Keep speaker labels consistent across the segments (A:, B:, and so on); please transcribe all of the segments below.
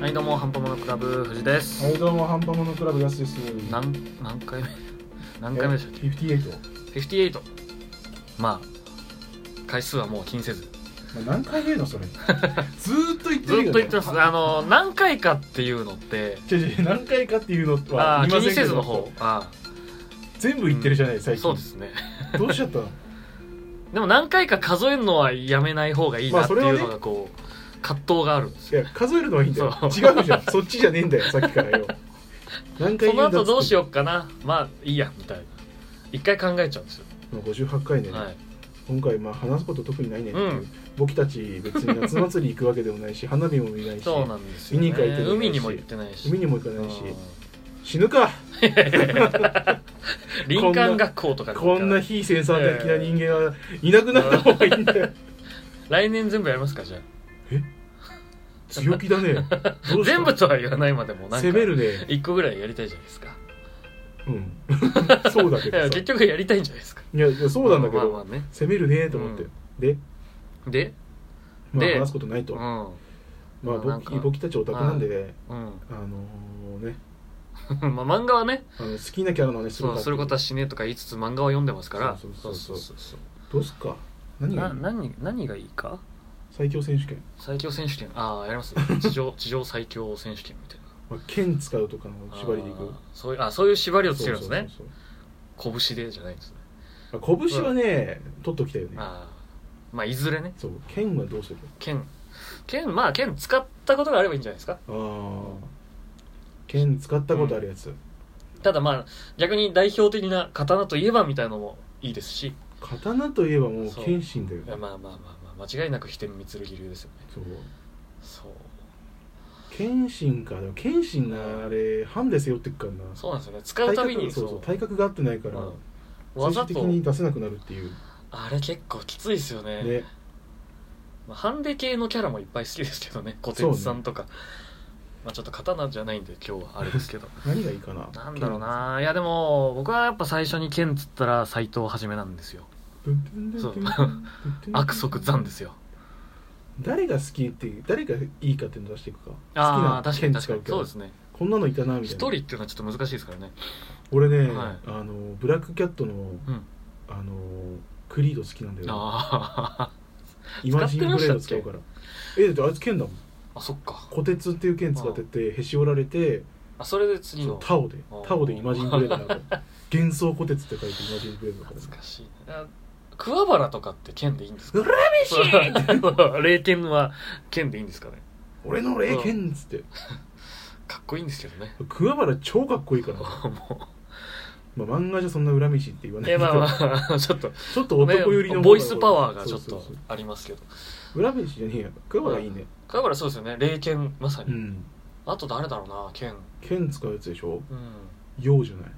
A: はいどうもハンパモノクラブ藤です、
B: はいどうもハンパモノクラブやすです
A: なん何回目 何回目でしたっ
B: え58、
A: け58まあ回数はもう気にせず
B: まあ、何回目のそれ ずーっと言って
A: ずっ
B: るけ
A: と
B: ど
A: 言ってますあの何回かっていうのって
B: 違う違う何回かっていうの
A: あ
B: は
A: ー気
B: 言いま
A: に
B: せんけ
A: せ
B: ど
A: ずの方あ
B: 全部言ってるじゃない最
A: ー
B: 近、
A: そうですね
B: どうしちゃったの
A: でも何回か数えるのはやめない方がいい
B: ま
A: な
B: あ
A: って
B: それは
A: いう
B: ね
A: のがこう葛藤があるんです
B: い
A: よ
B: や数えるのはいいんだよ
A: そう
B: 違うじゃんそっちじゃねえんだよさっきからよ何回
A: そ
B: 言
A: の
B: うんだ
A: 後どうし
B: よ
A: ようかなまあいいやみたいな一回考えちゃうんですよ、
B: う58回ね、
A: はい、
B: 今回まあ話すこと特にないねっていう、
A: うん
B: 僕たち別に夏祭り行くわけでもないし花火も見ないし
A: そうなんですよ、
B: 見
A: ね
B: に行かれてないし
A: 海にも行ってないし
B: 海にも行かないし死ぬか
A: うん 林間学校とかに行
B: こ
A: かい
B: んな非センサー的な人間はいなくなった方がいいんだよ
A: 来年全部やりますかじゃ
B: 強気だ ねどうした
A: あ全部とは言わないまでもなんか
B: 攻めるね
A: 一個ぐらいやりたいじゃないですか
B: うん そうだけ
A: いや
B: どさ
A: 結局やりたいんじゃないですか
B: いやいやそうなんだけど、
A: まあまあね
B: 攻めるねと思って、
A: うん
B: で、
A: で
B: まあ、
A: で
B: 話すことないと、
A: うん
B: まあ
A: まあなん
B: 僕
A: か
B: 僕たちオタクなんでね、
A: うん
B: あのーね
A: まあ漫画はね
B: あの好きなキャラの話する
A: そうすることはしねえとか言いつつ漫画を読んでますから
B: そうそうそう
A: そうそう
B: どうすっか何が
A: な何何がいいか
B: 最強選手権、
A: 最強選手権ああやります地 上地上最強選手権みたいな
B: まあ、剣使うとかの縛りでい
A: あー
B: く
A: そういうあそういう縛りをつけるんですね
B: そうそう
A: 拳でじゃないんですね
B: そうあ拳はね、取っときたいよね
A: あーまあいずれね
B: そう剣はどうする
A: 剣剣まあ剣使ったことがあればいいんじゃないですか
B: ああ剣使ったことあるやつ、
A: ただまあ逆に代表的な刀といえばみたいのもいいですし
B: 刀といえばもう
A: そう
B: 剣心だよ
A: いや
B: ね
A: まあまあまあまあ間違いなく飛天三剣流ですよね
B: そう
A: そう
B: 剣心かでも剣心なあれハンデ背負ってくからな
A: そうなんですよね使うたびに
B: そう
A: そ
B: そう
A: う
B: 体格が合ってないから、
A: うんわ
B: 最
A: ざ
B: 終的
A: と
B: に出せなくなるっていう
A: あれ結構きついですよね
B: ね
A: まあ、ハンデ系のキャラもいっぱい好きですけどね小鉄さんとか、まあ、ちょっと刀じゃないんで今日はあれです けど
B: 何がいいかな
A: なんだろうないやでも僕はやっぱ最初に剣っつったら斎藤はじめなんですよそう悪
B: 即
A: 即残ですよ
B: 誰が好きっていう誰がいいかっていうのを出していくか
A: ああ
B: 好
A: 確か
B: きな
A: に
B: 剣
A: 確
B: 使
A: か
B: う
A: に
B: け
A: そう
B: ど
A: ですね
B: こんなのいたなみ
A: 一
B: たい
A: 人っ
B: な
A: ていうのはちょっと難しいですからね
B: 俺ね、
A: はい
B: あのブラックキャットの
A: うん
B: あのクリード好きなんだよ
A: あ
B: イマジンブレード使うからえだってあいつ剣だもん
A: ー あそっか
B: 虎鉄っていう剣使っててへし折られて
A: あそれで次
B: そう
A: の
B: タオで
A: あー
B: タオでイマジンブレードに なるから幻想虎鉄って書いてイマジンブレードだから
A: 懐かしいな桑原とかって剣でいいんですか
B: うら
A: そう霊剣は剣でいいんですかね
B: 俺の霊剣っつって
A: かっこいいんですけ どね
B: 桑原超かっこいいから、ま
A: も
B: あ、漫画じゃそんな恨みしって言わ
A: う
B: ない
A: え
B: けど、
A: まあまあ ちょっと
B: ちょっと男寄りの
A: ボイスパワーがちょっ
B: そう
A: と
B: そう
A: ありますけど
B: そう恨みしじゃねえや桑原いいね
A: 桑原そうですよね霊剣まさ
B: う
A: に、
B: ん
A: あと誰だろうな剣
B: 剣使うやつでしょ
A: うん
B: 陽じゃない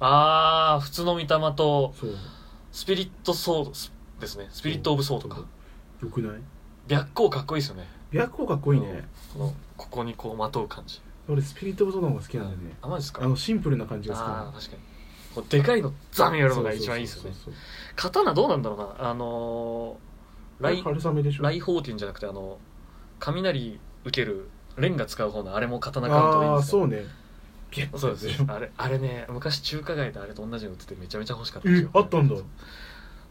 A: ああ普通の御霊と
B: そう
A: スピリットソードスですねスピリット・オブ・ソードか
B: よくない
A: 白光かっこいいですよね
B: 白鵬かっこいいね
A: このここにこうまとう感じ
B: 俺スピリット・オブ・ソードの方が好きなんだよね
A: あマジですか
B: あのシンプルな感じが好き
A: あ
B: な
A: ー確かにこうでかいのザンや
B: の
A: るのが一番いいですよね
B: そうそうそう
A: 刀どうなんだろうなあの
B: あ
A: ー
B: れ、春雨でしょ
A: 来宝剣じゃなくてあの雷受けるレンガ使う方のあれも刀カウントでいいん
B: ああ
A: で
B: ー
A: すか
B: そうねピュッ
A: そうです
B: ね
A: あれあれね昔中華街であれと同じの売っててめちゃめちゃ欲しかったんです
B: え
A: よ
B: あったんだ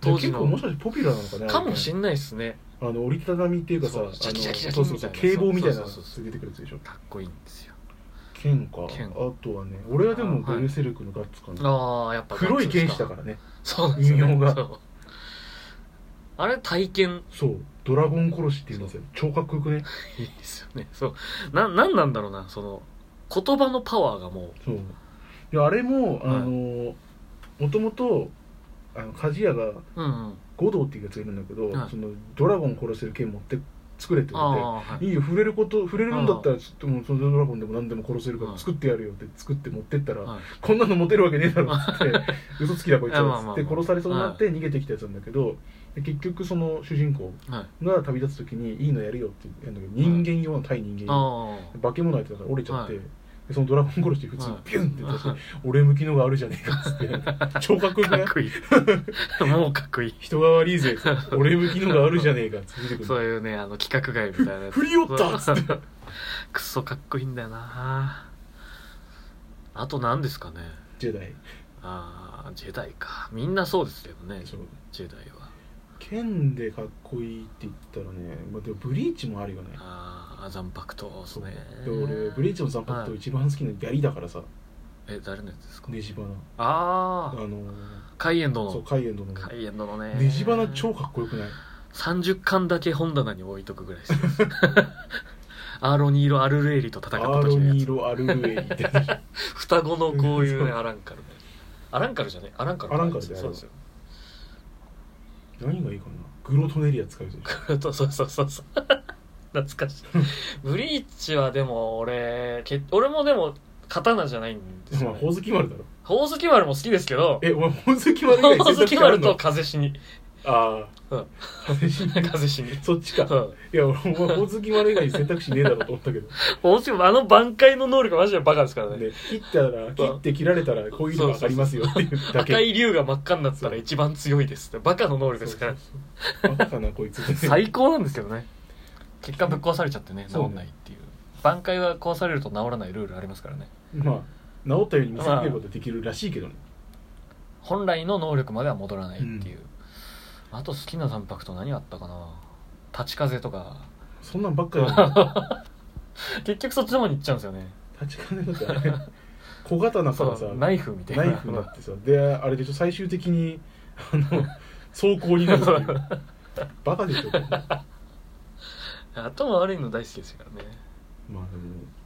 A: 当時
B: 結
A: の
B: 構もしかしてポピュラーなのかね
A: かもし
B: ん
A: んないですね
B: あの折りたたみっていうかさ
A: そ
B: あ
A: う
B: の
A: ジャキジャキジャキ
B: そうそうそう
A: みたいな
B: 警棒みたいな
A: そ
B: の
A: うそうそう
B: 続けてくるやつでしょ
A: かっこいいんですよ
B: 剣か
A: 剣
B: あとはね俺はでもベルセルクのガッツかな、
A: ああやっぱ
B: 黒い剣士だかららね
A: そうなんですよね
B: 異名が
A: そうあれ体験
B: そうドラゴン殺しっていうんですよ超かっこよくね
A: いいですよねそうななんなんだろうなその言葉のパワーがもう
B: そうであれもあ
A: はい
B: のもともとあの鍛冶屋が
A: うんうん
B: 五道っていうやつがいるんだけど、
A: はい
B: そのドラゴン殺せる剣持って作れって言
A: あ
B: われて
A: あはい
B: いいよ触れること触れるんだったらちょっともうそのドラゴンでも何でも殺せるから作ってやるよって作って持ってったら、
A: はい
B: こんなの持てるわけねえだろっつって 嘘つきだこいつ
A: いやまあまあ
B: はっつって殺されそうになって逃げてきたやつなんだけどで結局その主人公
A: はい
B: が旅立つ時にいいのやるよって言うんだけど人間用の対人間用
A: あ
B: 化け物相手だから折れちゃって、
A: はい
B: でそのドラゴン殺し普通にビュンって出して俺向きのがあるじゃねえかっつ って超かっこよく
A: か
B: ない
A: っこいい もうかっこいい
B: 人が悪いぜっつ って俺向きのがあるじゃねえかっつって出てくる
A: そういうねあの規格外みたいなやつ
B: 振り寄ったっつって
A: クソかっこいいんだよなあと何ですかね
B: ジェダイ
A: あージェダイかみんなそうですけどね
B: そう
A: ジェダイは
B: 剣でかっこいいって言ったらね、まあ、でもブリーチもあるよね
A: ああ残白とですね
B: で俺ブリーチの残白と一番好きなのギャリだからさ
A: え誰のやつですか、
B: ネジバナあ
A: ああ
B: のー
A: カイエンド
B: そう
A: の
B: カイエンドの
A: カイエンドのね
B: ネジバナ超かっこよくない
A: 30巻だけ本棚に置いとくぐらいしてます アーロニーロ・アルルエリと戦
B: ア
A: った
B: ーロ
A: 時の
B: ニ
A: や
B: ーロ・アルルエリって
A: つ双子のこういう
B: そ
A: ね
B: う
A: アランカルねアランカルじゃねアランカル
B: アランカルだよ
A: そうですよ
B: 何がいいかなグロトネリア使うでしょ
A: そうそうそうそう そう懐かしいブリーチはでも俺け俺もでも刀じゃないんです
B: ま
A: よ、
B: あ
A: ね
B: ほおずき丸だろ
A: ほおずき丸も好きですけど
B: えお前ほおずき丸以
A: ほお
B: 外
A: ず
B: 選択
A: き
B: 肢ある
A: 丸
B: の
A: と風しに
B: ああ
A: うん
B: 風しに
A: 風しに
B: そっちか
A: うん
B: いや俺お前ほおずき丸以外選択肢ねえだろと思ったけど
A: ほおずき丸あの挽回の能力マジでバカですからね
B: で切ったら切って切られたらこういうの分かりますよっていうだ
A: 赤
B: け
A: い竜が真っ赤になったら一番強いですってバカの能力ですから
B: バカかなこいつ
A: 最高なんですけどね結果ぶっ壊されちゃってね
B: そう
A: 治
B: ね
A: んないっていう挽回は壊されると治らないルールありますからね
B: まあ治ったように見せかけることはできるらしいけどね
A: 本来の能力までは戻らないっていう、あと好きな残白と何あったかな立ち風とか
B: そんなんばっかだよ
A: 結局そっちの方に行っちゃうんですよね
B: 立ち金だってあれ小刀からさ
A: そうナイフみたいな
B: ナイフになってさであれでしょ最終的にあの走行になるっていうバカでしょこれまあ
A: 頭悪いの大好きですからね
B: でも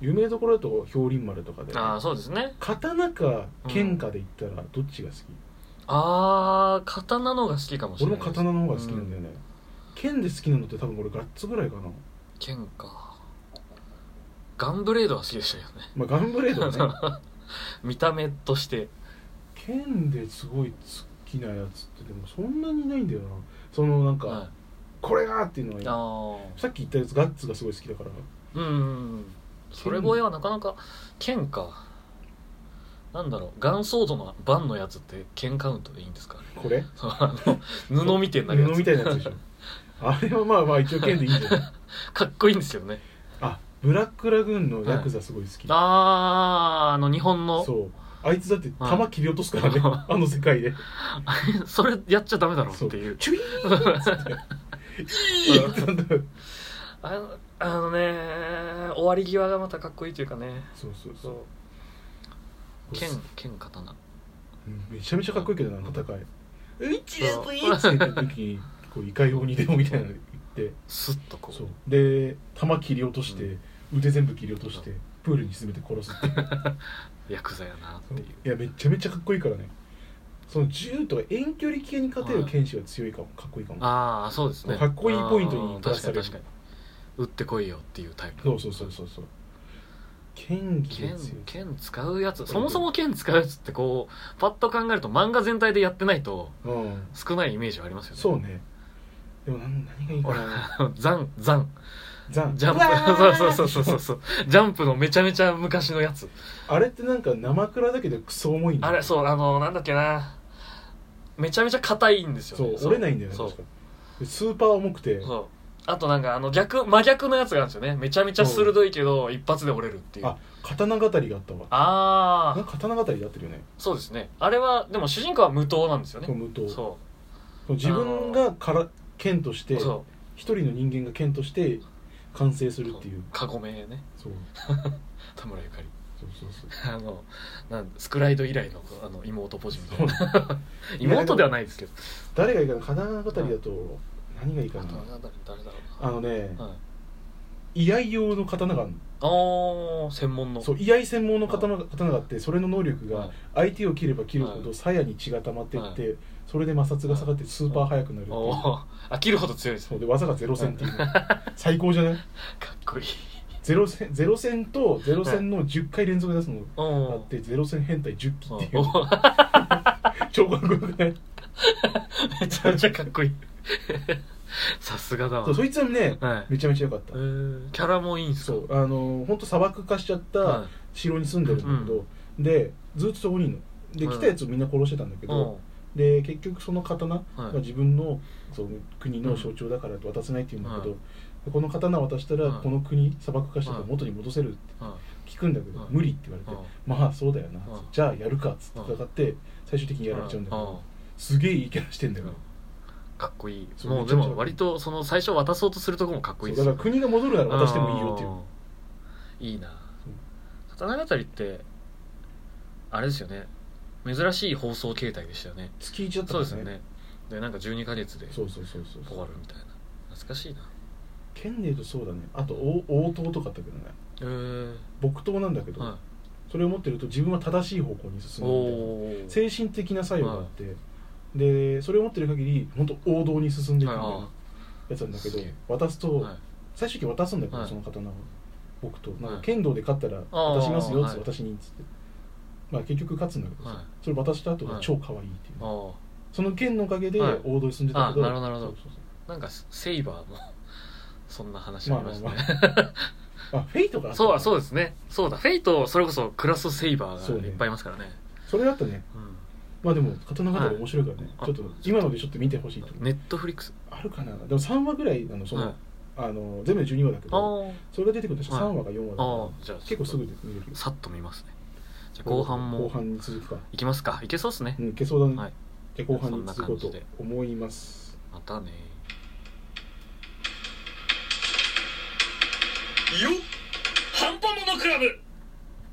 B: 有名どころだと氷林丸とかで
A: ああそうですね
B: 刀か剣かで言ったらどっちが好き、
A: ああ刀の方が好きかもしれない
B: 俺も
A: です
B: 刀の方が好きなんだよね、剣で好きなのって多分俺ガッツぐらいかな
A: 剣かガンブレードは好きでしたけどね
B: まあガンブレード はね
A: 見た目として
B: 剣ですごい好きなやつってでもそんなにないんだよなそのなんか、
A: は
B: これがっていうの
A: い、あ
B: は
A: あ
B: さっき言ったやつガッツがすごい好きだから
A: うんうんうんそれ声はなかなか剣かなんだろうガンソードのバンのやつって剣カウントでいいんですか
B: これ
A: そうあの布みたいになるやつ
B: 布みたいなや つでしょあれはまあまあ一応剣でいいんじゃない
A: かっこいいんですよね
B: あブラックラグーンのヤクザすごい好き、
A: あーあの日本の
B: そうあいつだって弾切り落とすからね、
A: は
B: あの世界で
A: あれそれやっちゃダメだろっ
B: そう
A: ていう
B: チュイーンっつっていいーって なった
A: あのあのね終わり際がまたかっこいいというかね
B: そうそうそ
A: そうう剣剣刀
B: うんめちゃめちゃかっこいいけどなあの戦いうんちだといいっつって言った時にこういかようにでもみたいなの言って
A: スッとこ
B: そう
A: う
B: で弾切り落として、
A: う
B: 腕全部切り落としてプールに沈めて殺すっていう
A: ヤクザやなっていう
B: いやめちゃめちゃかっこいいからねその銃とか遠距離系に勝てる剣士は強いかもかっこいいかも
A: ああそうですね
B: かっこいいポイントに
A: あー
B: プラス
A: 確かに
B: される
A: 確かに打ってこいよっていうタイプ
B: そうそうそうそうそう剣技で
A: 剣
B: 強い
A: 剣使うやつそもそも剣使うやつってこうパッと考えると漫画全体でやってないと
B: うん
A: 少ないイメージはありますよね
B: そうねでも何何がいいか
A: 俺
B: な
A: あの ザンザン
B: ザン
A: ジャン
B: う
A: プ
B: わ ー
A: そうそうそうそうそうジャンプのめちゃめちゃ昔のやつ
B: あれってなんか生蔵だけでクソ重いんだ
A: あ
B: よ
A: れそうあのなんだっけなめちゃめちゃ硬いんですよ、
B: そ
A: ね
B: う、折れないんだよね
A: そう
B: 確かでスーパー重くて
A: そうあとなんかあの逆真逆のやつがあるんですよねめちゃめちゃ鋭いけど一発で折れるっていう
B: あ
A: あ
B: 刀語りがあったわ
A: あ
B: なん
A: ー
B: か刀語りで合ってるよね
A: そうですねあれはでも主人公は無刀なんですよ
B: こ
A: ね
B: の無刀そ
A: そう
B: の自分がから剣として
A: そう
B: 一人の人間が剣として完成するっていう
A: カゴメね
B: そう
A: 田村ゆかり
B: そうそうそう
A: あのなんスクライド以来のあの妹ポジみた
B: そ
A: いうな妹ではないですけど
B: 誰がいいかな神奈川あたりだと何がいいか
A: あ
B: な
A: とは誰誰だろ
B: あのね
A: うな、はい、
B: 居合用の刀があるの
A: あー専門の
B: そう居合専門の刀が刀があってそれの能力
A: はい
B: が相手を切れば切るほど鞘に血が溜まってってそれで摩擦が下がってスーパー速くなるっていう
A: おー飽きるほど強いです
B: そ
A: ね
B: うで技がゼロ戦っ ていうね最高じゃない
A: かっ こいい
B: ゼロ戦ゼロ戦とゼロ戦の10回連続で出すの
A: お
B: があ
A: お
B: ってゼロ戦変態10機
A: お
B: っていう
A: ー
B: 超かっこよくない
A: めちゃめちゃかっこいい さすがだわ
B: そうそいつね
A: はい
B: めちゃめちゃ良かった
A: えーキャラもいいんすか
B: そうあの本当砂漠化しちゃっ
A: は
B: た
A: い
B: 城に住んでるんだけど、でずっとそこにいるので
A: はい
B: 来たやつをみんな殺してたんだけ
A: う
B: ど、で結局その刀
A: んは
B: まあ
A: い
B: 自分のその国の象徴だから渡せないって言うんだけど、
A: は
B: この刀渡したら
A: はい
B: この国砂漠化してたら
A: はい
B: 元に戻せるって
A: は
B: 聞くんだけど、
A: はい
B: 無理って言われ
A: い
B: て、
A: は
B: まあそうだよなっつって、
A: はい
B: じゃあやるかっつって戦って最終的にやられちゃうんだけど、
A: は
B: すげえいいキャラしてんだよ、
A: いかっこいい
B: そう
A: もうでも割とその最初渡そうとするとこもかっこいい
B: そうだから国が戻るなら渡してもいいよっていう
A: いいいな刀語りってあれですよね珍しい放送形態でしたよね
B: 月1だっ
A: そ
B: た
A: う
B: から
A: ですよねでなんか12ヶ月で
B: そうそうそうそう
A: 終わるみたいな懐かしいな
B: 剣で言うとそうだねあと王王刀とかあったけどね
A: えー
B: 木刀なんだけど、
A: は
B: それを持ってると自分は正しい方向に
A: い
B: 進
A: お
B: むみたいな
A: おー
B: 精神的な作用があって、でそれを持ってる限り本当王道に進んでいくみたいなやつなんだけ
A: す
B: ど、
A: げえ
B: 渡すと、
A: はい
B: 最終的に渡すんだけど、
A: はい
B: その刀を僕となん
A: は
B: か
A: い
B: 剣道で勝ったら
A: あー
B: 渡しますよっつって
A: はい
B: 私にっつって、まあ、結局勝つんだけどさ、
A: はい
B: それ渡した後が
A: はい
B: 超可愛いっていう、
A: あー
B: その剣のおかげで
A: はい
B: 王道に進んでたけど、
A: あなるほどなるほど
B: そうそうそう
A: なんかセイバーも そんな話ありましたね、
B: まああフェイトがあった
A: そうだそう
B: う
A: ですねそうだフェイトそれこそクラスセイバーがいっぱいいますからね
B: それだったね
A: うん
B: まあでも刀語り面白いからね、
A: はい
B: ちょっと今のでちょっと見てほしいと思う
A: ネットフリックス
B: あるかなでも3話ぐらいなのその、
A: はい
B: あの全部で12話だけ
A: あ
B: ど
A: ー
B: それが出てくるとしたら3
A: はい
B: 話か4話だから、
A: あーじゃあ
B: 結構すぐで見れるよ
A: さっと見ますねじゃあ後半
B: 後
A: も
B: 半に続くか
A: いきますかいけそうっすね
B: うんいけそうだね、
A: はい
B: じゃあ後半に続こう
A: そんな感じ
B: と
A: で
B: 思います
A: またね
C: よっ半端者クラブ